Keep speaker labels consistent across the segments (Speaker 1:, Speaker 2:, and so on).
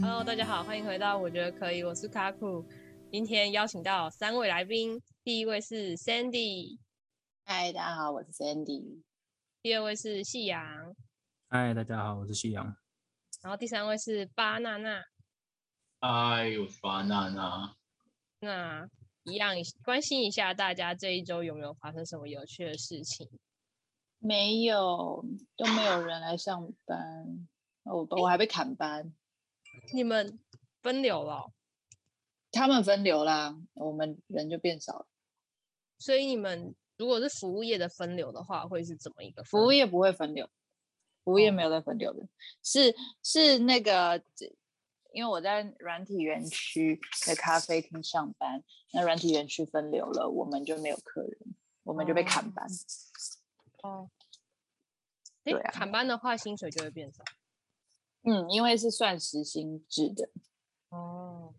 Speaker 1: Hello，大家好，欢迎回到我觉得可以，我是卡库。今天邀请到三位来宾，第一位是 Sandy，
Speaker 2: 嗨，大家好，我是 Sandy。
Speaker 1: 第二位是夕阳，
Speaker 3: 嗨，大家好，我是夕阳。
Speaker 1: 然后第三位是巴娜娜。
Speaker 4: 哎呦，巴娜娜，
Speaker 1: 那一样关心一下大家这一周有没有发生什么有趣的事情？
Speaker 2: 没有，都没有人来上班，我我还被砍班，
Speaker 1: 你们分流了哦、
Speaker 2: 他们分流啦，我们人就变少了。
Speaker 1: 所以你们如果是服务业的分流的话，会是怎么一个
Speaker 2: 服务
Speaker 1: 业？
Speaker 2: 业不会分流，服务业没有在分流的，是是那个，因为我在软体园区的咖啡厅上班，那软体园区分流了，我们就没有客人，我们就被砍班。
Speaker 1: 哦，哎、
Speaker 2: 对啊
Speaker 1: 砍班的话，薪水就会变少。
Speaker 2: 嗯，因为是算时薪制的，
Speaker 1: 哦，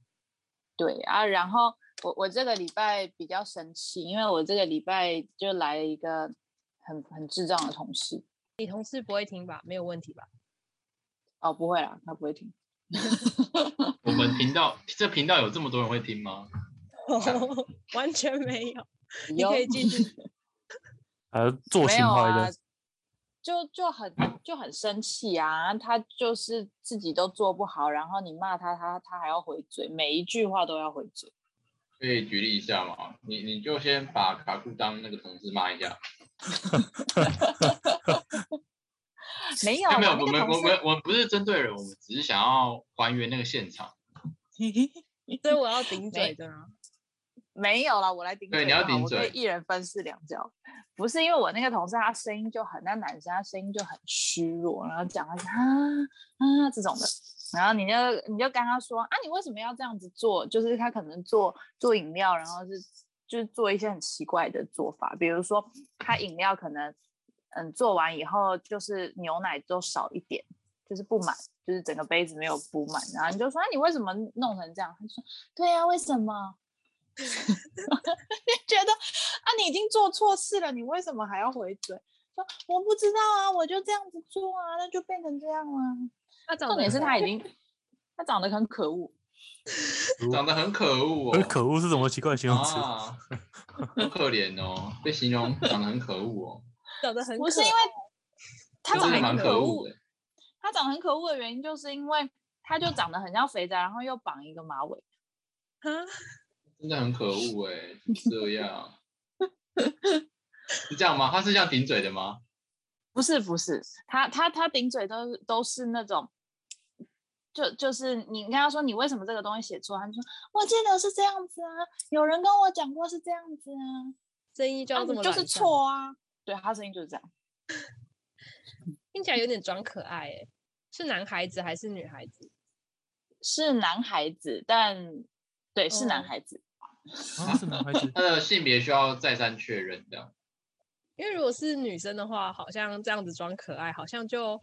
Speaker 2: 对啊，然后我我这个礼拜比较生气，因为我这个礼拜就来了一个很很智障的同事。
Speaker 1: 你同事不会听吧？没有问 题吧？
Speaker 2: 哦，不会啦，他不会听。
Speaker 4: 我们频道这频道有这么多人会听吗？
Speaker 1: 完全没 有，你
Speaker 2: 有
Speaker 1: 可以继续。
Speaker 3: 呃，做
Speaker 2: 没
Speaker 3: 情
Speaker 2: 有
Speaker 3: 怀
Speaker 2: 啊
Speaker 3: 的，，
Speaker 2: 就就很就很生气啊！他就是自己都做不好，然后你骂他，他他还要回嘴，每一句话都要回嘴。
Speaker 4: 可以举例一下吗？你你就先把卡库当那个同事骂一下。
Speaker 2: 没有啦，
Speaker 4: 哎没有，
Speaker 2: 那
Speaker 4: 我
Speaker 2: 个
Speaker 4: 们
Speaker 2: 同
Speaker 4: 我
Speaker 2: 事
Speaker 4: 们我们不是针对人，我们只是想要还原那个现场。
Speaker 1: 所以我要顶嘴
Speaker 2: 没
Speaker 1: 的啊。
Speaker 2: 没有啦，我来顶
Speaker 4: 对
Speaker 2: 嘴
Speaker 4: 你
Speaker 2: 就好。
Speaker 4: 要顶
Speaker 2: 我可以
Speaker 4: 嘴
Speaker 2: 一人分饰两角。不是因为我那个同事，他声音就很，那男生他声音就很虚弱，然后讲他啊啊这种的，然后你就你就跟他说啊，你为什么要这样子做？就是他可能做做饮料，然后是就是做一些很奇怪的做法，比如说他饮料可能嗯做完以后就是牛奶都少一点，就是不满，就是整个杯子没有补满，然后你就说、啊、你为什么弄成这样？他说对呀、啊，为什么？觉得啊，你已经做错事了，你为什么还要回嘴？说我不知道啊，我就这样子做啊，那就变成这样啊。
Speaker 1: 他长
Speaker 2: 重
Speaker 1: 得
Speaker 2: 点是
Speaker 1: 很
Speaker 2: 他已经，他长得很可恶，
Speaker 4: 长得很可恶
Speaker 3: 呃
Speaker 4: 哦，
Speaker 3: 可恶是什么奇怪的形容词？
Speaker 4: 啊，好可怜哦，被形容长得很可恶哦，
Speaker 1: 长得很
Speaker 2: 不是
Speaker 1: 可
Speaker 2: 因为他
Speaker 4: 真
Speaker 2: 长
Speaker 4: 的
Speaker 2: 得
Speaker 4: 蛮
Speaker 2: 很
Speaker 4: 可
Speaker 2: 恶
Speaker 4: 恶的，。
Speaker 2: 他长得很可恶的原因就是因为他就长得很像肥宅，然后又绑一个马尾。
Speaker 1: 啊
Speaker 4: 真的很可恶哎，这样 是这样吗？他是这样顶嘴的吗？
Speaker 2: 不是不是，他他他顶嘴都是都是那种，就就是你跟他说你为什么这个东西写错，他就说我记得是这样子啊，有人跟我讲过是这样子啊。
Speaker 1: 声音就
Speaker 2: 啊
Speaker 1: 要这
Speaker 2: 你
Speaker 1: 么、
Speaker 2: 就是，错啊。对他声音就是这样，
Speaker 1: 听起来有点装可爱哎、是男孩子还是女孩子？
Speaker 2: 是男孩子，但对是男
Speaker 1: 嗯
Speaker 2: 孩子，
Speaker 3: 啊，是男孩子
Speaker 4: 他的性别需要再三确认，这样
Speaker 1: 因为如果是女生的话，好像这样子装可爱，好像就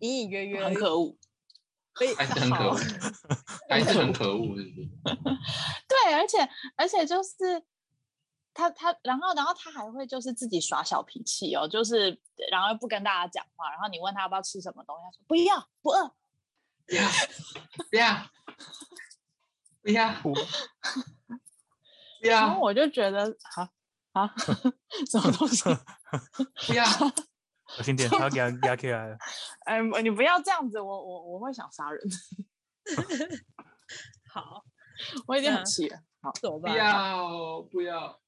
Speaker 1: 隐隐约约
Speaker 2: 很 可恶。
Speaker 1: 被
Speaker 4: 还是很可恶
Speaker 1: 好，
Speaker 4: 还是很可恶，是不是？
Speaker 2: 对，而且而且就是他他，然后然后他还会就是自己耍小脾气哦，就是然后又不跟大家讲话，然后你问他要不要吃什么东西，他说不要不饿，
Speaker 4: 不要，不要，不要，
Speaker 3: 我
Speaker 4: 不
Speaker 2: 然后
Speaker 4: 要，
Speaker 2: 我就觉得啊啊 什么 东西，
Speaker 4: 不要！
Speaker 3: 小 心点，他给他压起来了。
Speaker 2: 哎你不要这样子，我我我会想杀人，
Speaker 1: 好
Speaker 2: 我已经
Speaker 1: 嗯
Speaker 2: 很气了。好
Speaker 1: 怎么
Speaker 4: 不
Speaker 1: 办？
Speaker 4: 要！不要！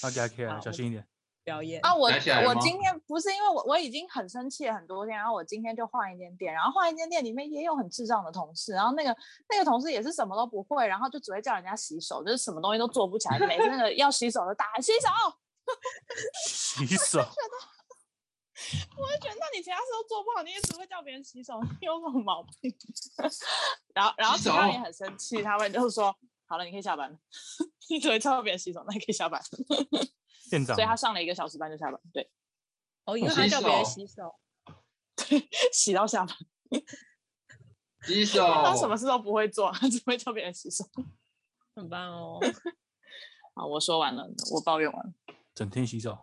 Speaker 3: 他压起来
Speaker 1: 好
Speaker 3: 了，小心一点。
Speaker 1: 表演
Speaker 2: 啊，我
Speaker 4: 拿起来了
Speaker 2: 我
Speaker 4: 吗
Speaker 2: 今天不是因为我我已经很生气了很多天，然后我今天就换一间店，然后换一间店里面也有很智障的同事，然后那个那个同事也是什么都不会，然后就只会叫人家洗手，就是什么东西都做不起来，每次那个要洗手就大喊洗手，
Speaker 3: 洗手，
Speaker 2: 我就觉得那你其他事都做不好，你也只会叫别人洗手，你有什么毛病？ 然后然后
Speaker 4: 洗
Speaker 2: 其他人
Speaker 4: 手
Speaker 2: 也很生气，他们就说好了，你可以下班了， 你只会叫别人洗手，那你可以下班了，
Speaker 3: 店长
Speaker 2: 所以，他上了一个小时班就下班，对，
Speaker 1: 哦，因为
Speaker 4: 洗
Speaker 1: 他叫别人
Speaker 4: 手
Speaker 1: 洗手，
Speaker 2: 洗到下班，
Speaker 4: 洗手！
Speaker 2: 他什么事都不会做，他只会叫别人洗手。
Speaker 1: 很棒哦，
Speaker 2: 啊，我说完了，我抱怨完了。
Speaker 3: 整天洗手。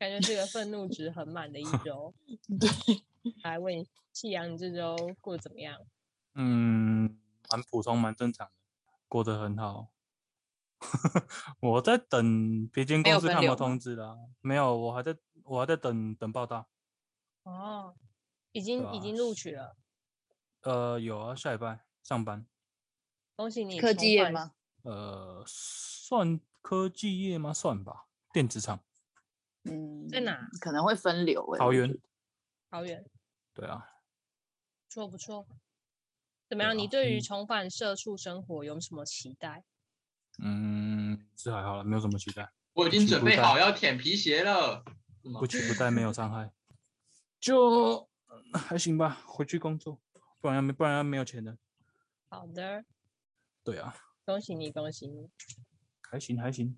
Speaker 1: 感觉这个愤怒值很满的一周。
Speaker 2: 对，
Speaker 1: 来问夕阳，你这周过得怎么样？
Speaker 3: 嗯，蛮普通，蛮正常的，过得很好。 我在等别间
Speaker 2: 没有
Speaker 3: 公司
Speaker 2: 分
Speaker 3: 看有
Speaker 2: 流吗
Speaker 3: 通知啦，没有，我还在，我还在等等报道。
Speaker 1: 哦，已经、
Speaker 3: 对
Speaker 1: 已
Speaker 3: 啊
Speaker 1: 经录取了，
Speaker 3: 呃，有啊，下礼拜上班。
Speaker 1: 恭喜你。
Speaker 2: 科技业吗？？
Speaker 3: 呃，算科技业吗？算吧，电子厂，
Speaker 2: 嗯，
Speaker 1: 在哪？
Speaker 2: 可能会分流哎、
Speaker 3: 桃
Speaker 2: 我觉
Speaker 3: 园
Speaker 2: 得。
Speaker 1: 桃园，不
Speaker 3: 对啊，
Speaker 1: 错不错。怎么
Speaker 3: 对
Speaker 1: 样？你
Speaker 3: 啊
Speaker 1: 对于
Speaker 3: 嗯
Speaker 1: 重返社畜生活有什么期待？
Speaker 3: 嗯，是还好了，没有什么期待，
Speaker 4: 我已经准备好要舔皮鞋了。是吗
Speaker 3: 不期不待，没有伤害， 就嗯还行吧。回去工作，不然要没不然要没有钱的。
Speaker 1: 好的，
Speaker 3: 对啊，
Speaker 1: 恭喜你，恭喜你。
Speaker 3: 还行还行。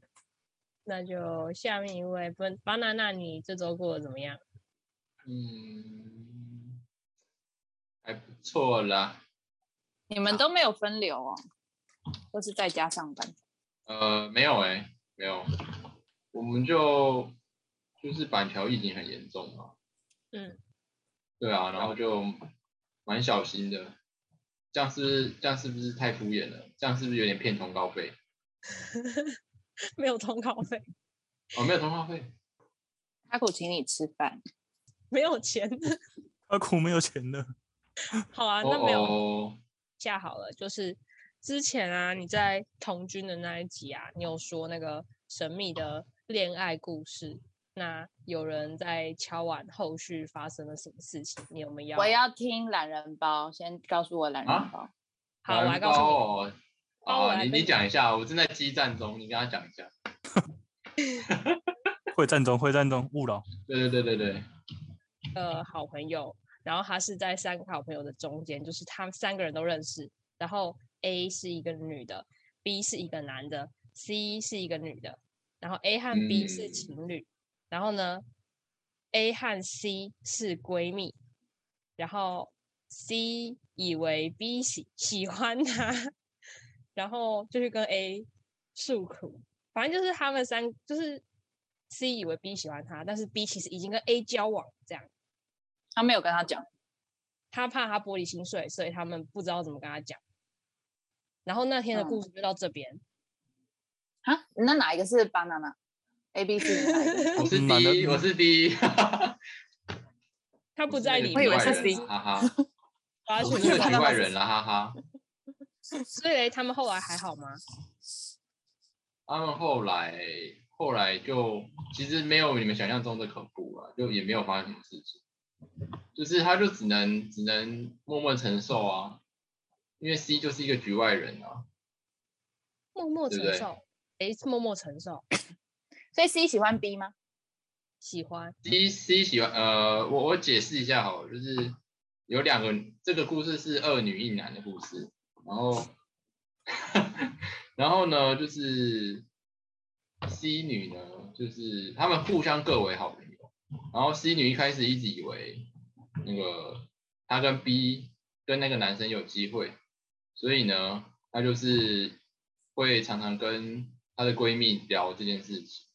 Speaker 1: 那就下面一位，巴巴娜娜，你这周过得怎么样？
Speaker 4: 嗯，还不错啦。
Speaker 2: 你们都没有分流哦，都是在家上班。
Speaker 4: 呃，没有哎、没有，我们就就是板桥疫情很严重嘛，
Speaker 1: 嗯，
Speaker 4: 对啊，然后就蛮小心的，这样是不是这样是不是太敷衍了？这样是不是有点骗通告费？
Speaker 1: 没有通告费，
Speaker 4: 哦，没有通告费，
Speaker 2: 阿狗请你吃饭，
Speaker 1: 没有钱。
Speaker 3: 阿苦没有钱的，
Speaker 1: 好啊，
Speaker 4: 哦
Speaker 1: 那没有
Speaker 4: 哦，
Speaker 1: 下好了，就是之前啊，你在童军的那一集啊，你有说那个神秘的恋爱故事，那有人在敲碗后续发生了什么事情？你有没有要？
Speaker 2: 我要听懒人包，先告诉我懒人
Speaker 4: 啊
Speaker 2: 包。
Speaker 1: 好，我来告诉你，
Speaker 4: 诉你。
Speaker 1: 帮我
Speaker 4: 哦，
Speaker 1: 来
Speaker 4: 你
Speaker 1: 分
Speaker 4: 你讲一下，我正在激战中，你跟他讲一下。
Speaker 3: 会战中会战中勿扰。
Speaker 4: 对对对对对，
Speaker 1: 呃，好朋友，然后他是在三个好朋友的中间，就是他们三个人都认识，然后 A 是一个女的，B 是一个男的，C 是一个女的，然后 A 和 B 是
Speaker 4: 嗯
Speaker 1: 情侣，然后呢，A 和 C 是闺蜜，然后 C 以为 B 喜喜欢他，然后就去跟 A 诉苦，反正就是他们三就是 C 以为 B 喜欢他，但是 B 其实已经跟 A 交往这样。
Speaker 2: 他没有跟他讲，
Speaker 1: 他怕他玻璃心碎，所以他们不知道怎么跟他讲。然后那天的故事就到这边，
Speaker 2: 啊，那哪一个是 banana A B C？哪一个
Speaker 4: 我是
Speaker 3: 嗯蛮的
Speaker 4: 第一，我是第一，
Speaker 1: 他不在里
Speaker 2: 我以
Speaker 1: 面，
Speaker 2: 为是
Speaker 1: 他
Speaker 2: C
Speaker 1: 是
Speaker 4: 啊哈哈，
Speaker 1: 抓
Speaker 4: 我
Speaker 1: 去
Speaker 4: 是个
Speaker 2: 看
Speaker 4: 局
Speaker 1: 了。
Speaker 2: 到他
Speaker 4: 外
Speaker 2: 是
Speaker 4: 人了，啊哈哈。
Speaker 1: 所以嘞他们后来还好吗？
Speaker 4: 他们后来后来就其实没有你们想象中的恐怖啊，就也没有发生什么事情，就是他就只能只能默默承受啊，因为 C 就是一个局外人啊，
Speaker 1: 默默
Speaker 4: 对
Speaker 1: 承
Speaker 4: 不对
Speaker 1: 受，诶，默默承受，
Speaker 2: 所以 C 喜欢 B 吗？
Speaker 1: 喜欢
Speaker 4: C C 喜欢呃，我我解释一下好了，就是有两个，这个故事是二女一男的故事，然后 然后呢，就是 C 女呢，就是他们互相各为好朋友，然后 C 女一开始一直以为那个她跟 B 跟那个男生有机会，所以呢，她就是会常常跟她的闺蜜聊这件事情。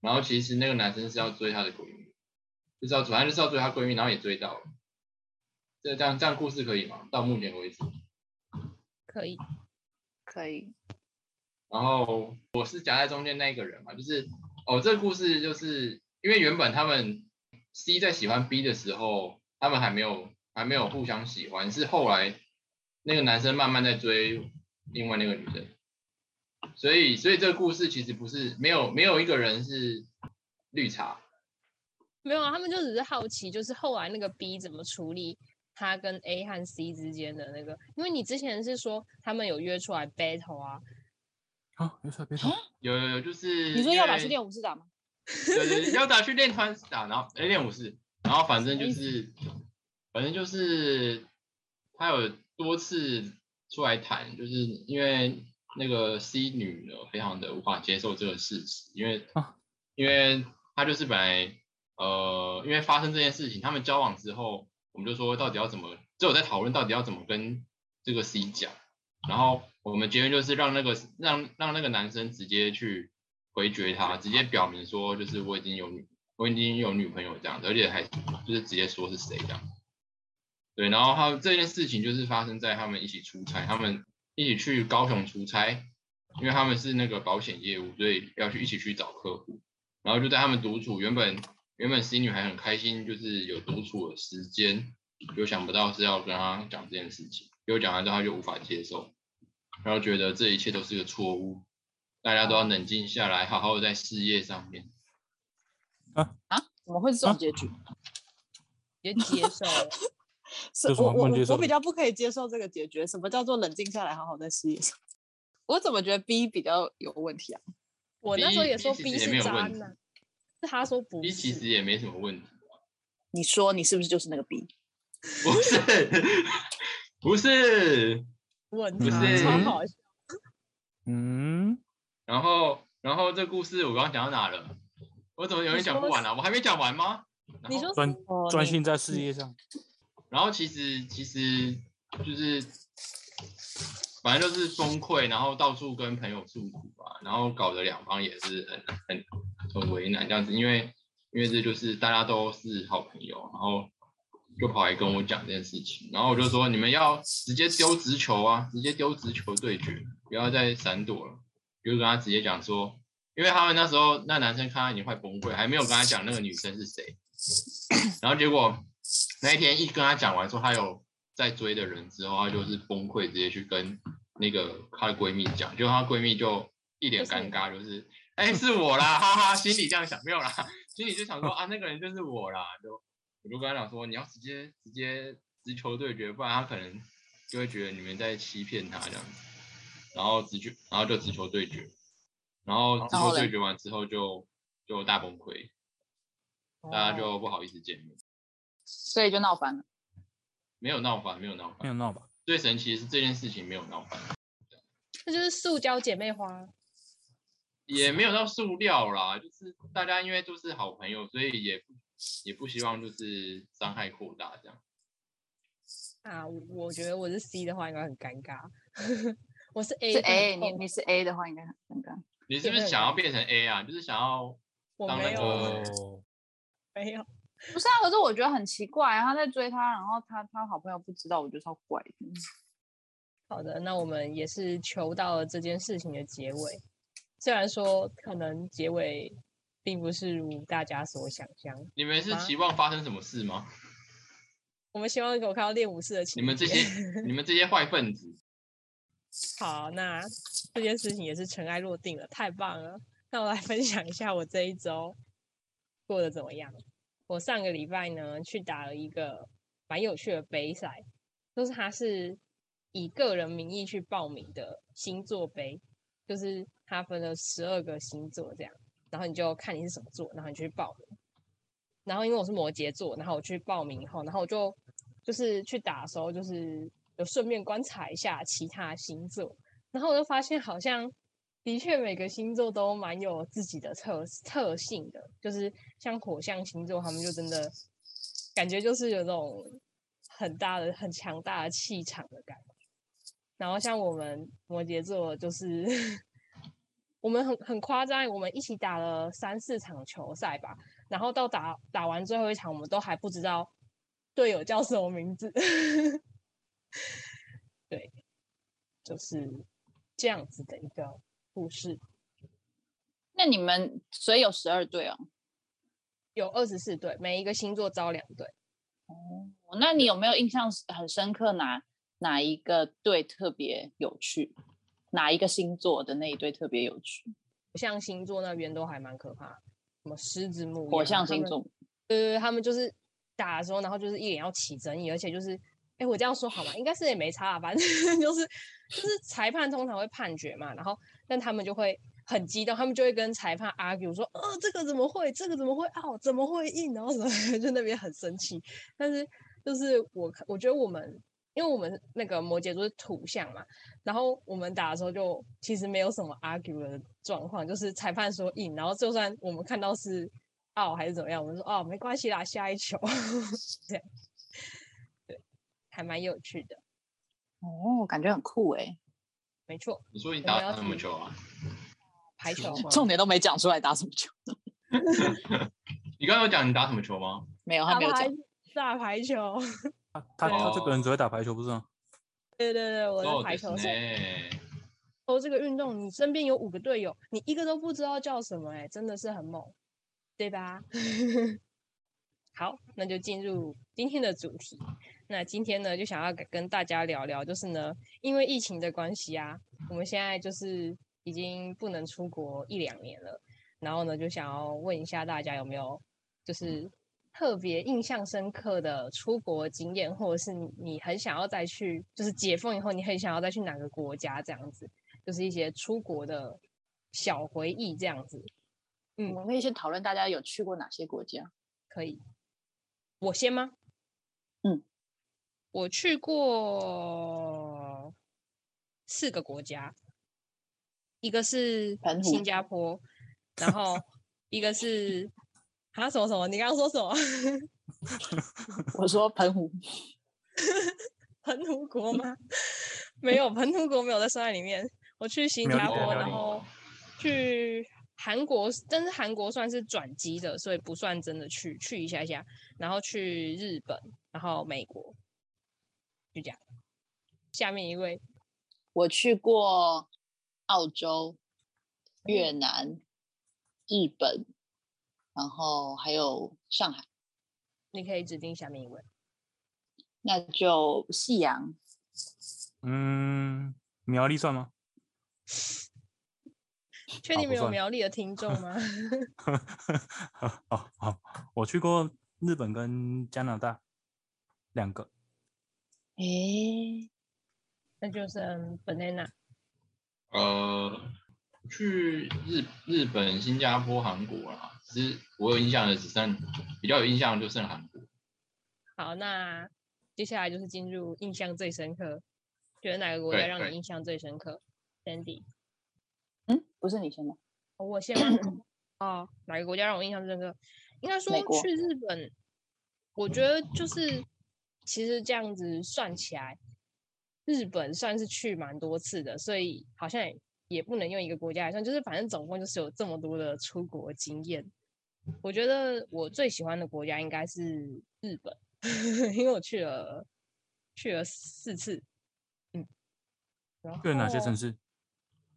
Speaker 4: 然后其实那个男生是要追她的闺蜜，就是要反正就是要追她闺蜜，然后也追到了。这这样这样故事可以吗？到目前为止，
Speaker 1: 可以，
Speaker 2: 可以，
Speaker 4: 然后我是夹在中间那一个人嘛，就是哦，这个故事就是因为原本他们 C 在喜欢 B 的时候，他们还没有还没有互相喜欢，是后来那个男生慢慢在追另外那个女生，所以所以这个故事其实不是没有没有一个人是绿茶，
Speaker 1: 没有啊？他们就只是好奇，就是后来那个 B 怎么处理他跟 A 和 C 之间的那个，因为你之前是说他们有约出来 battle 啊，
Speaker 3: 好，没事别吵。
Speaker 4: 有有有就是
Speaker 3: 嗯
Speaker 2: 你说
Speaker 4: 因
Speaker 2: 要打
Speaker 4: 为
Speaker 2: 去练武士打吗？
Speaker 4: 对对，对，要打去练团打，然后哎练武士，然后反正就是，反正就是他有多次出来谈，就是因为那个 C 女呢非常的无法接受这个事实，因为、
Speaker 3: 啊
Speaker 4: 因为她就是本来呃因为发生这件事情，他们交往之后，我们就说到底要怎么，就有在讨论到底要怎么跟这个 C 讲，然后我们结论就是让那个让让那个男生直接去回绝他，直接表明说就是我已经有女我已经有女朋友这样子，而且还就是直接说是谁这样。对，然后他这件事情就是发生在他们一起出差，他们一起去高雄出差，因为他们是那个保险业务，所以要去一起去找客户，然后就在他们独处，原本原本 C 女还很开心，就是有独处的时间，就想不到是要跟他讲这件事情，结果讲完之后他就无法接受，然后觉得这一切都是个错误，大家都要冷静下来，好好的在事业上面。
Speaker 2: 怎么会是这种结局？
Speaker 3: 啊
Speaker 1: 你就接受了。
Speaker 2: 是
Speaker 3: 这什
Speaker 2: 我
Speaker 3: 么
Speaker 2: 我
Speaker 3: 不能接
Speaker 2: 我
Speaker 3: 受
Speaker 2: 我
Speaker 3: 的
Speaker 2: 比较不可以接受这个解决。什么叫做冷静下 来，好好在事业上？我怎么觉得 B 比较有问题啊？
Speaker 1: 我那时候
Speaker 4: B-
Speaker 1: 也说
Speaker 4: B 其
Speaker 1: B
Speaker 4: 实也没
Speaker 1: 是
Speaker 4: 有
Speaker 1: 渣
Speaker 4: 问题
Speaker 1: 男，是他说不
Speaker 4: B 其
Speaker 1: 是，
Speaker 4: 实也没什么问题，
Speaker 2: 你说你是不是就是那个 B？
Speaker 4: 不是， 不是，
Speaker 1: 问
Speaker 4: 不
Speaker 1: 他
Speaker 4: 是
Speaker 1: 超好 笑，
Speaker 3: 嗯，
Speaker 4: 然后，然后这故事我刚刚讲到哪了？我怎么有点讲不完啊？我还没讲完吗？然
Speaker 1: 你
Speaker 4: 后，
Speaker 1: 说
Speaker 3: 专
Speaker 1: 是
Speaker 2: 哦
Speaker 3: 专
Speaker 2: 你
Speaker 3: 心在事业上，
Speaker 4: 然后其实其实就是，反正就是崩溃，然后到处跟朋友诉苦啊，然后搞得两方也是很很很为难这样子，因为因为这就是大家都是好朋友，然后就跑来跟我讲这件事情，然后我就说你们要直接丢直球啊，直接丢直球对决，不要再闪躲了，就跟他直接讲说，因为他们那时候那男生看他已经快崩溃，还没有跟他讲那个女生是谁，然后结果那一天一跟他讲完说他有在追的人之后，他就是崩溃，直接去跟那个她的闺蜜讲，结果她闺蜜就一脸尴尬，就是哎、是我啦，哈哈，心里这样想没有啦，心里就想说啊那个人就是我啦，就我就跟他讲说你要直接直接直球对决，不然他可能就会觉得你们在欺骗他这样子，然后直球，然后就直球对决，然后直
Speaker 2: 然后
Speaker 4: 球
Speaker 2: 嘞
Speaker 4: 对决完之后就就大崩溃，大家
Speaker 2: 哦
Speaker 4: 就不好意思见面，
Speaker 2: 所以就闹翻了。
Speaker 4: 没有闹翻，没有闹翻
Speaker 3: 没。有闹吧？
Speaker 4: 最神奇的是这件事情没有闹翻，
Speaker 1: 这就是塑胶姐妹花，
Speaker 4: 也没有到塑料啦，就是大家因为都是好朋友，所以也不也不希望就是伤害扩大这样。
Speaker 1: 啊，我我觉得我是 C 的话应该很尴尬， 我是 A，
Speaker 2: 是
Speaker 1: 会很
Speaker 2: A，你
Speaker 1: 痛
Speaker 2: 你是 A 的话应该很啊尴尬。
Speaker 4: 你是不是想要变成 A 啊？就是想要
Speaker 1: 我
Speaker 4: 当
Speaker 1: 没
Speaker 4: 那
Speaker 1: 有
Speaker 4: 个
Speaker 1: 啊
Speaker 3: 哦，
Speaker 1: 没有，
Speaker 2: 不是啊，可是我觉得很奇怪、啊，他在追他，然后他他好朋友不知道，我觉得超怪的。
Speaker 1: 好的，那我们也是求到了这件事情的结尾，虽然说可能结尾并不是如大家所想象，
Speaker 4: 你们是
Speaker 1: 吗
Speaker 4: 期望发生什么事吗？
Speaker 1: 我们希望有看到练武士的
Speaker 4: 你
Speaker 1: 情
Speaker 4: 们这
Speaker 1: 节。
Speaker 4: 些你们这些坏分子，
Speaker 1: 好，那这件事情也是尘埃落定了，太棒了。那我来分享一下我这一周过得怎么样。我上个礼拜呢去打了一个蛮有趣的杯赛，就是它是以个人名义去报名的星座杯，就是它分了十二个星座这样，然后你就看你是什么座，然后你去报名。然后因为我是摩羯座，然后我去报名以后，然后我就就是去打的时候，就是有顺便观察一下其他星座，然后我就发现好像的确每个星座都蛮有自己的特特性的，就是像火象星座，他们就真的感觉就是有种很大的、很强大的气场的感觉。然后像我们摩羯座，就是 我们很很夸张，我们一起打了三四场球赛吧，然后到打打完最后一场，我们都还不知道队友叫什么名字。对，就是这样子的一个故事，
Speaker 2: 那你们所以有十二对哦。
Speaker 1: 有二十四队，每一个星座招两队。
Speaker 2: 哦，那你有没有印象很深刻哪哪一个队特别有趣？哪一个星座的那一对特别有趣？
Speaker 1: 火象星座那边都还蛮可怕的，什么狮子、母
Speaker 2: 火
Speaker 1: 羊
Speaker 2: 象
Speaker 1: 他
Speaker 2: 星
Speaker 1: 们
Speaker 2: 座
Speaker 1: 对对对，他们就是打的时候，然后就是一脸要起争议，而且就是，哎，我这样说好吗？应该是也没差啊，反正 就是就是裁判通常会判决嘛，然后但他们就会很激动，他们就会跟裁判 argue 说，呃，这个怎么会，这个怎么会哦，怎么会硬，然后什么 就那边很生气。但是就是我看我觉得我们。因为我们那个摩羯座是土象嘛，然后我们打的时候就其实没有什么 argue 的状况，就是裁判说硬，然后就算我们看到是哦，还是怎么样？我们说哦，没关系啦，下一球 这样，对，还蛮有趣的，
Speaker 2: 哦，感觉很酷哎、
Speaker 1: 没错，
Speaker 4: 你说你
Speaker 1: 我
Speaker 4: 打
Speaker 1: 要
Speaker 4: 什么
Speaker 1: 去
Speaker 4: 球啊？
Speaker 1: 排球嘛，
Speaker 2: 重点都没讲出来打什么球，
Speaker 4: 你刚刚有讲你打什么球吗？
Speaker 2: 没有，他
Speaker 1: 打
Speaker 2: 没有讲
Speaker 1: 排。打排球，
Speaker 3: 他他他这个人只会打排球，不是吗？
Speaker 1: 对对对，我
Speaker 4: 哦
Speaker 1: 的排球
Speaker 4: です
Speaker 1: 是
Speaker 4: ね
Speaker 1: 哦，这个运动，你身边有五个队友，你一个都不知道叫什么、哎，真的是很猛，对吧？好，那就进入今天的主题。那今天呢，就想要跟跟大家聊聊，就是呢，因为疫情的关系啊，我们现在就是已经不能出国一两年了，然后呢，就想要问一下大家有没有就是特别印象深刻的出国经验，或者是你你很想要再去，就是解封以后你很想要再去哪个国家这样子。就是一些出国的小回忆这样子，嗯
Speaker 2: 我们可以先讨论大家有去过哪些国家。
Speaker 1: 可以。我先吗？
Speaker 2: 嗯，
Speaker 1: 我去过四个国家，一个是
Speaker 2: 澎湖
Speaker 1: 新加坡，然后一个是啊什么什么？你刚刚说什么？
Speaker 2: 我说澎湖，
Speaker 1: 澎湖国 吗？没有，澎湖国没有在算在里面。我去新
Speaker 3: 苗栗
Speaker 1: 加坡，
Speaker 3: 苗
Speaker 1: 然
Speaker 3: 栗
Speaker 1: 后去韩国，但是韩国算是转机的，所以不算真的去去一下下。然后去日本，然后美国，就这样。下面一位，
Speaker 2: 我去过澳洲、越南、日本，然后还有上海，
Speaker 1: 你可以指定下面一位。
Speaker 2: 那就西洋。
Speaker 3: 嗯，苗栗算吗？
Speaker 1: 确
Speaker 3: 好
Speaker 1: 定
Speaker 3: 不
Speaker 1: 没有
Speaker 3: 算
Speaker 1: 苗栗的听众 吗？
Speaker 3: 好 好哦好，我去过日本跟加拿大两个，
Speaker 2: 诶，
Speaker 1: 那就是嗯 banana。
Speaker 4: 呃，去日日本、新加坡、韩国啦，只是我有印象的只剩比较有印象的就剩韩国。
Speaker 1: 好，那接下来就是进入印象最深刻，觉得哪个国家
Speaker 4: 对
Speaker 1: 让
Speaker 4: 对
Speaker 1: 你印象最深刻？Sandy。
Speaker 2: 嗯，不是你先吗？
Speaker 1: 哦我先吗 哦，哪个国家让我印象深刻？应该说
Speaker 2: 美国
Speaker 1: 去日本，我觉得就是其实这样子算起来，日本算是去蛮多次的，所以好像也也不能用一个国家来算，就是反正总共就是有这么多的出国经验。我觉得我最喜欢的国家应该是日本， 因为我去了去了四次，嗯，然
Speaker 3: 去了哪些城
Speaker 1: 后
Speaker 3: 市？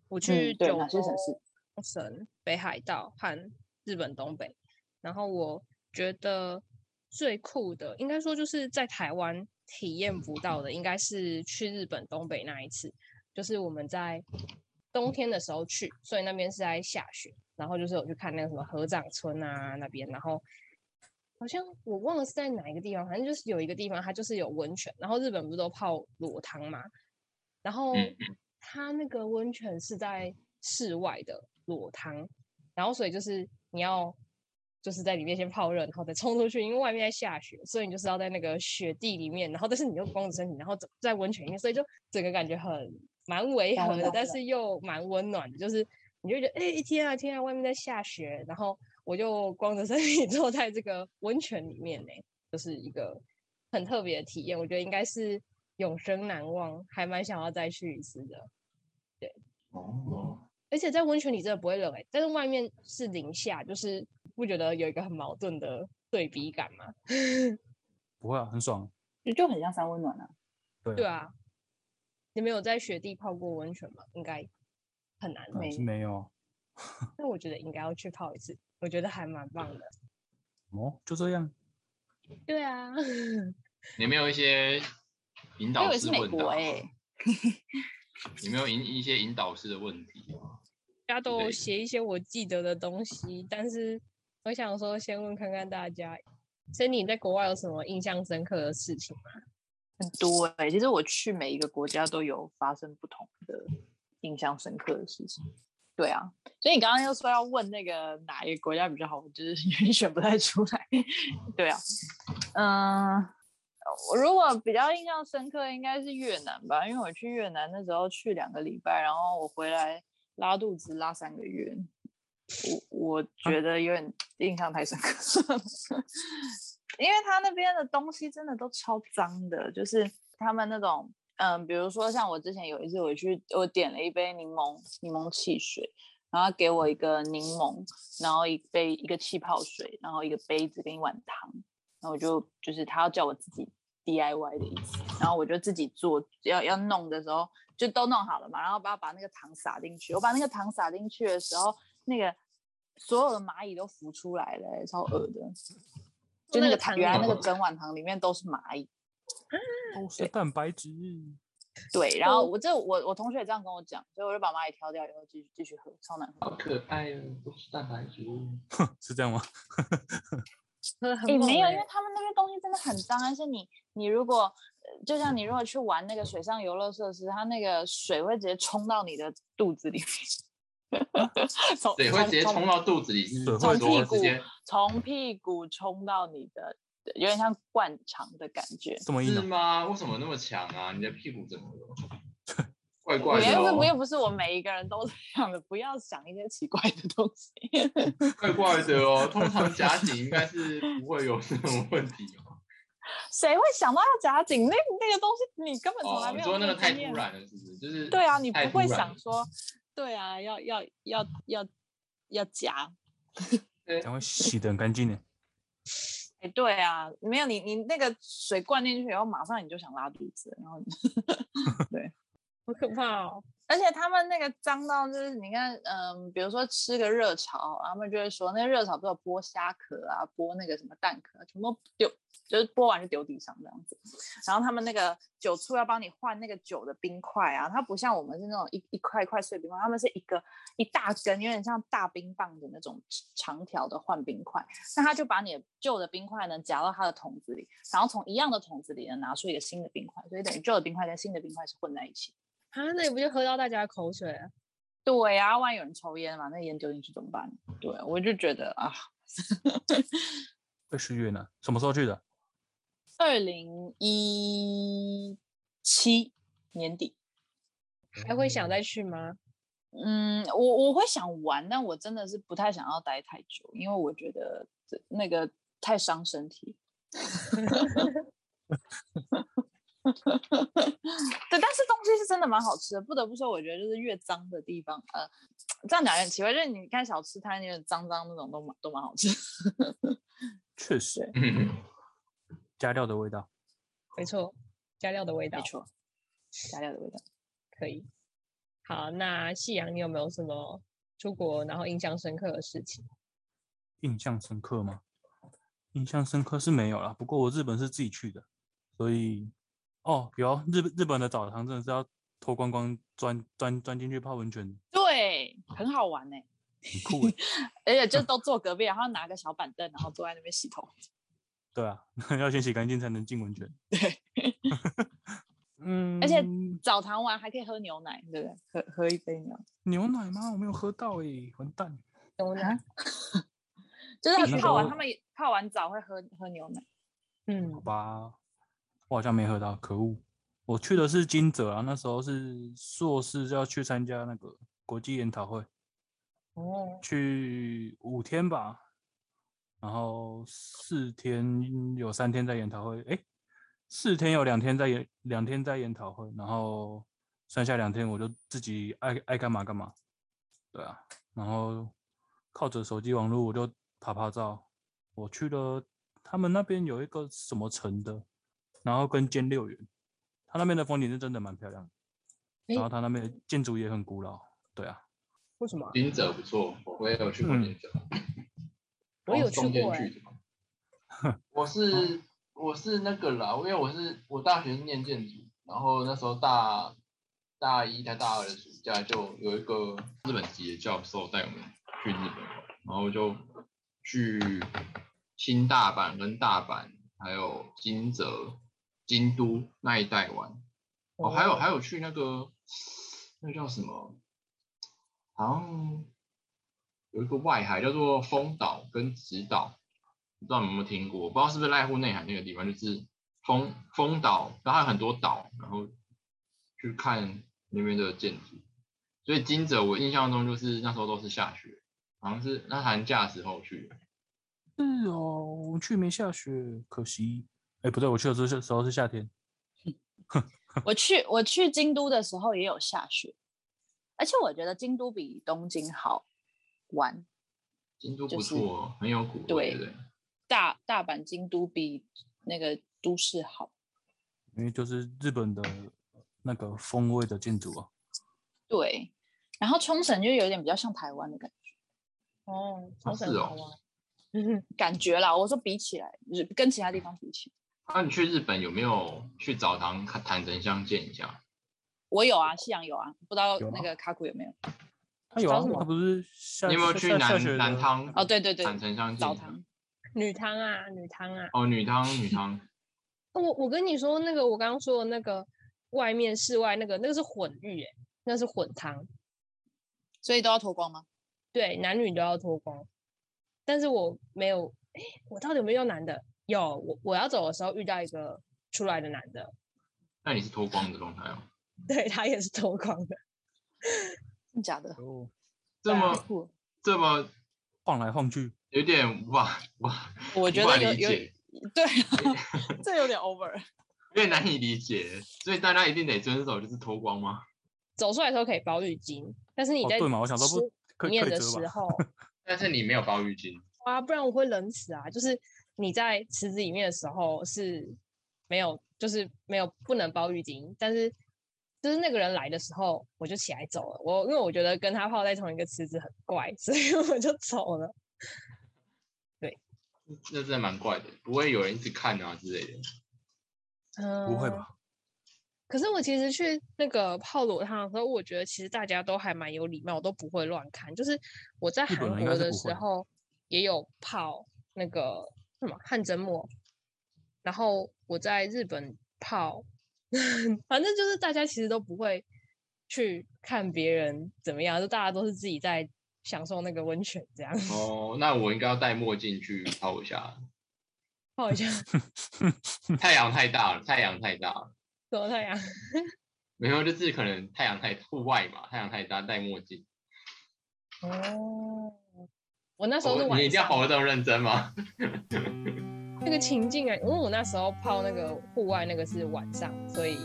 Speaker 1: 我去
Speaker 2: 嗯对
Speaker 1: 九
Speaker 2: 哪些城
Speaker 1: 州
Speaker 2: 市
Speaker 1: 冲绳、北海道和日本东北。然后我觉得最酷的，应该说就是在台湾体验不到的，应该是去日本东北那一次。就是我们在冬天的时候去，所以那边是在下雪。然后就是我去看那个什么合掌村啊那边，然后好像我忘了是在哪一个地方，反正就是有一个地方它就是有温泉。然后日本不是都泡裸汤嘛，然后
Speaker 4: 嗯
Speaker 1: 它那个温泉是在室外的裸汤，然后所以就是你要就是在里面先泡热，然后再冲出去，因为外面在下雪，所以你就是要在那个雪地里面，然后但是你又光着身体，然后走在温泉里面，所以就整个感觉很蛮违
Speaker 2: 懂
Speaker 1: 和的
Speaker 2: 懂，
Speaker 1: 但
Speaker 2: 懂
Speaker 1: 是又蛮温暖的，就是你就觉得哎、天啊天啊，外面在下雪，然后我就光着身体 坐在这个温泉里面呢、就是一个很特别的体验，我觉得应该是永生难忘，还蛮想要再去一次的。
Speaker 4: 哦，
Speaker 1: 而且在温泉里真的不会冷哎、但是外面是零下，就是不觉得有一个很矛盾的对比感嘛？
Speaker 3: 不会啊，很爽。
Speaker 2: 就就很像三温暖啊。
Speaker 3: 对
Speaker 1: 对
Speaker 3: 啊，
Speaker 1: 啊，你们有在雪地泡过温泉吗？应该很难
Speaker 3: 嗯
Speaker 1: 吧，
Speaker 3: 是没有
Speaker 1: 那我觉得应该要去泡一次，我觉得还蛮棒的。
Speaker 3: 哦，就这样。
Speaker 1: 对啊，
Speaker 4: 有没有一些引
Speaker 2: 我以
Speaker 4: 导
Speaker 2: 为
Speaker 4: 式
Speaker 2: 是美
Speaker 4: 问
Speaker 2: 国欸
Speaker 4: 答？
Speaker 2: 诶，
Speaker 4: 有没有引一些引导式的问题啊？
Speaker 1: 大家都
Speaker 4: 对
Speaker 1: 写一些我记得的东西，但是我想说先问看看大家，所以你在国外有什么印象深刻的事情吗？
Speaker 2: 很多诶。嗯其实我去每一个国家都有发生不同的印象深刻的事情。对啊，所以你刚刚又说要问那个哪一个国家比较好，我就是有点选不太出来。对啊，嗯、我如果比较印象深刻应该是越南吧，因为我去越南那时候去两个礼拜，然后我回来拉肚子拉三个月，我我觉得有点印象太深刻， 因为他那边的东西真的都超脏的，就是他们那种。嗯，比如说像我之前有一次我去，我点了一杯柠檬柠檬汽水，然后给我一个柠檬，然后一杯一个气泡水，然后一个杯子跟一碗汤，然后我就就是他要叫我自己 DIY 的意思。然后我就自己做，要要弄的时候就都弄好了嘛，然后把把那个糖撒进去。我把那个糖撒进去的时候，那个所有的蚂蚁都浮出来了、欸超恶的。就
Speaker 1: 嗯那
Speaker 2: 那
Speaker 1: 个
Speaker 2: 个
Speaker 1: 糖
Speaker 2: 糖，原来那
Speaker 4: 果
Speaker 2: 个整碗糖里面都是蚂蚁。
Speaker 3: 都是蛋白质。
Speaker 2: 对，然后
Speaker 1: 嗯
Speaker 2: 我这我我同学也这样跟我讲，所以我就把蚂蚁挑掉以后继续继续喝，超难喝。
Speaker 4: 好可爱哦，都是蛋白质。
Speaker 3: 是这样吗？
Speaker 1: 喝很
Speaker 2: 也
Speaker 1: 猛
Speaker 2: 哎没有，因
Speaker 1: 欸
Speaker 2: 为他们那边东西真的很脏，而且你你如果呃就像你如果去玩那个水上游乐设施，它那个水会直接冲到你的肚子里面， 从
Speaker 4: 对，会直接冲
Speaker 2: 从
Speaker 4: 到肚子里，是
Speaker 3: 对
Speaker 4: 不
Speaker 2: 从
Speaker 4: 是
Speaker 2: 屁
Speaker 4: 说
Speaker 2: 股
Speaker 4: 直接
Speaker 2: 从屁股冲到你的，对有点像灌肠的感觉。
Speaker 3: 这么硬啊
Speaker 4: 是
Speaker 3: 的、
Speaker 4: 吗？为什么那么强啊？你的屁股怎么了？怪怪
Speaker 2: 也
Speaker 4: 的、
Speaker 2: 不是，
Speaker 4: 哦，
Speaker 2: 又不是我每一个人都这样的，不要想一些奇怪的东西。
Speaker 4: 怪怪的哦。通常夹紧应该是不会有这种问题 哦。
Speaker 2: 谁会想到要夹紧？那那个东西你根本从
Speaker 4: 哦
Speaker 2: 来，没
Speaker 4: 你
Speaker 2: 有、
Speaker 4: 说那个太突。
Speaker 2: 啊
Speaker 4: 然了，是不是？就是
Speaker 2: 对啊，你不
Speaker 4: 太突
Speaker 2: 会
Speaker 4: 然
Speaker 2: 想
Speaker 4: 了
Speaker 2: 说，对啊，要要要要要夹。
Speaker 3: 赶快洗的很干净呢。
Speaker 2: 哎，对啊，没有你你那个水灌进去以后，马上你就想拉肚子，然后你
Speaker 1: 好可怕哦！
Speaker 2: 而且他们那个脏到就是你看，嗯，比如说吃个热炒，他们就会说那热炒不是有剥虾壳啊，剥那个什么蛋壳，全部都丢，就是剥完就丢地上这样子。然后他们那个酒醋要帮你换那个酒的冰块啊，它不像我们是那种一一块一块碎冰块，他们是一个一大根，有点像大冰棒的那种长条的换冰块。那他就把你的旧的冰块呢夹到他的桶子里，然后从一样的桶子里呢拿出一个新的冰块，所以等于旧的冰块跟新的冰块是混在一起的。
Speaker 1: 啊，那你不就喝到大家的口水啊？
Speaker 2: 对呀、万一有人抽烟嘛，那烟丢进去怎么办？对，我就觉得啊，
Speaker 3: 会去越南？什么时候去的？
Speaker 2: 二零一七年底，
Speaker 1: 还会想 再去吗？
Speaker 2: 嗯，我我会想玩，但我真的是不太想要待太久，因为我觉得这那个太伤身体。 对，但是东西是真的蛮好吃的，不得不说，我觉得就是越脏的地方，呃，这样讲有点奇怪，就是你看小吃摊，有点脏脏那种都蛮都蛮好吃。
Speaker 3: 确实，
Speaker 4: 嗯
Speaker 3: 加料的味道。
Speaker 1: 没错，加料的味道
Speaker 2: 没，错，加料的味道。
Speaker 1: 可以。好，那夕阳，你有没有什么出国然后印象深刻的事情？
Speaker 3: 印象深刻吗？印象深刻是没有啦，不过我日本是自己去的，所以哦，有日本日本的澡堂真的是要脱光光钻钻钻进去泡温泉，
Speaker 2: 对，很好玩呢、
Speaker 3: 很酷欸。
Speaker 2: 而且就都坐隔壁，然后拿个小板凳，然后坐在那边洗头。
Speaker 3: 对啊， 要先洗干净才能进温泉。
Speaker 2: 对，
Speaker 3: 嗯，
Speaker 2: 而且澡堂玩还可以喝牛奶，对不对？喝喝一杯牛奶，
Speaker 3: 牛奶吗？我没有喝到诶、完蛋。
Speaker 1: 牛
Speaker 4: 啊
Speaker 1: 奶，
Speaker 2: 就是
Speaker 3: 那
Speaker 2: 他泡完，
Speaker 3: 都
Speaker 2: 他们也泡完澡会喝喝牛奶。
Speaker 3: 好
Speaker 1: 嗯，
Speaker 3: 吧，我好像没喝到，可恶！我去的是金泽啊，那时候是硕士要去参加那个国际研讨会，
Speaker 1: 哦，
Speaker 3: 去五天吧，然后四天有三天在研讨会，诶，四天有两天在研两天在研讨会，然后剩下两天我就自己爱爱干嘛干嘛，对啊，然后靠着手机网络我就拍拍照，我去了他们那边有一个什么城的，然后跟兼六园，他那边的风景是真的蛮漂亮的，然
Speaker 1: 诶
Speaker 3: 后他那边的建筑也很古老，对啊，
Speaker 1: 为什么啊？
Speaker 4: 金泽不错，我也有去过
Speaker 3: 嗯
Speaker 4: 金泽。
Speaker 1: 我有去
Speaker 4: 中间
Speaker 1: 过哦哎、
Speaker 4: 去的吧我是我是那个啦，因为我是我大学是念建筑，然后那时候大大一才大二的暑假就有一个日本籍的教授带我们去日本玩，然后就去新大阪跟大阪，还有金泽、京都那一带玩。哦，还有还有去那个那叫什么，好像有一个外海叫做丰岛跟直岛，不知道你们有没有听过？我不知道是不是濑户内海那个地方，就是丰丰岛，然后还有很多岛，然后去看那边的建筑。所以金泽我印象中就是那时候都是下雪，好像是那寒假的时候去的。
Speaker 3: 是哦，我们去没下雪，可惜。哎，不对，我去的时候时候是夏天，
Speaker 2: 我去我去京都的时候也有下雪，而且我觉得京都比东京好玩。
Speaker 4: 京都
Speaker 2: 就
Speaker 4: 不
Speaker 2: 是
Speaker 4: 错哦，很有古味，
Speaker 2: 对
Speaker 4: 对不对？
Speaker 2: 大大阪、京都比那个都市好，
Speaker 3: 因为就是日本的那个风味的建筑啊。
Speaker 2: 对，然后冲绳就有点比较像台湾的感觉
Speaker 1: 哦，
Speaker 4: 啊
Speaker 1: 冲
Speaker 4: 是
Speaker 1: 绳
Speaker 4: 哦
Speaker 1: 好玩。 嗯，
Speaker 2: 感觉啦。我说比起来，就是跟其他地方比起来，
Speaker 4: 那、你去日本有没有去澡堂看坦诚相见一下？
Speaker 2: 我有啊，夕阳有啊，不知道
Speaker 3: 有吗
Speaker 2: 那个卡库有没有？
Speaker 3: 它有
Speaker 1: 搞
Speaker 3: 啊
Speaker 1: 什，么
Speaker 3: 它不是下
Speaker 4: 你有没有
Speaker 3: 下
Speaker 4: 去
Speaker 3: 下下雪的
Speaker 4: 南南汤？
Speaker 2: 哦，对对对，
Speaker 4: 坦诚相见
Speaker 2: 澡
Speaker 4: 一下。
Speaker 2: 堂
Speaker 1: 女汤啊，女汤啊。哦
Speaker 4: 哦，女汤女汤，
Speaker 1: 我我跟你说，那个我刚刚说的那个外面室外那个，那个是混浴、欸，那是混汤，
Speaker 2: 所以都要脱光吗？
Speaker 1: 对，男女都要脱光。但是我没有，诶我到底有没有用男的？有，我我要走的时候遇到一个出来的男的，
Speaker 4: 那你是脱光的状态哦？
Speaker 1: 对他也是脱光的，
Speaker 2: 真假的？
Speaker 3: 哦
Speaker 4: 这
Speaker 2: 对啊
Speaker 4: 么
Speaker 2: 太酷了
Speaker 4: 这么
Speaker 3: 晃来晃去，
Speaker 4: 有点哇哇，
Speaker 2: 我
Speaker 4: 我
Speaker 2: 觉得有
Speaker 4: 理
Speaker 2: 有
Speaker 4: 解，
Speaker 2: 对啊，这有点 over。
Speaker 4: 有点难以理解，所以大家一定得遵守就是脱光吗？
Speaker 1: 走出来的时候可以包浴巾，但是你
Speaker 3: 哦
Speaker 1: 在
Speaker 3: 对嘛我想说不
Speaker 1: 吃
Speaker 3: 可以
Speaker 1: 面
Speaker 3: 可以
Speaker 1: 的
Speaker 3: 折
Speaker 1: 时
Speaker 3: 吧？
Speaker 1: 候
Speaker 4: 但是你没有包浴巾，
Speaker 1: 啊，不然我会冷死啊！就是你在池子里面的时候是没有，就是没有不能包浴巾，但是就是那个人来的时候，我就起来走了。我因为我觉得跟他泡在同一个池子很怪，所以 我就走了。
Speaker 4: 那真的蛮怪的，不会有人一直看啊之类的。
Speaker 1: 嗯，
Speaker 3: 不会？吧？
Speaker 1: 可是我其实去那个泡裸汤的时候，我觉得其实大家都还蛮有礼貌，都不会乱看。就是我在
Speaker 3: 日
Speaker 1: 韩
Speaker 3: 本人应
Speaker 1: 国
Speaker 3: 该是
Speaker 1: 的
Speaker 3: 不
Speaker 1: 时
Speaker 3: 会
Speaker 1: 候也有泡那个什么汗蒸沫，然后我在日本泡， 反正就是大家其实都不会去看别人怎么样，就大家都是自己在享受那个温泉这样
Speaker 4: 哦，那我应该要戴墨镜去泡一下，
Speaker 1: 泡一下 嗯
Speaker 4: 太阳太大了，太阳太大了。
Speaker 1: 躲太阳。
Speaker 4: 没有，就是可能太阳太户外嘛，太阳太大，戴墨镜。
Speaker 1: 哦，我那时候是
Speaker 4: 哦
Speaker 1: 晚上。啊
Speaker 4: 你一定要活得这么认真吗？
Speaker 1: 那个情境啊，因为我那时候泡那个户外那个是晚上，所以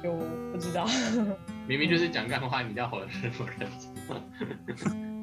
Speaker 1: 就不知道。
Speaker 4: 明明就是讲干话，你一定要活得这么认真。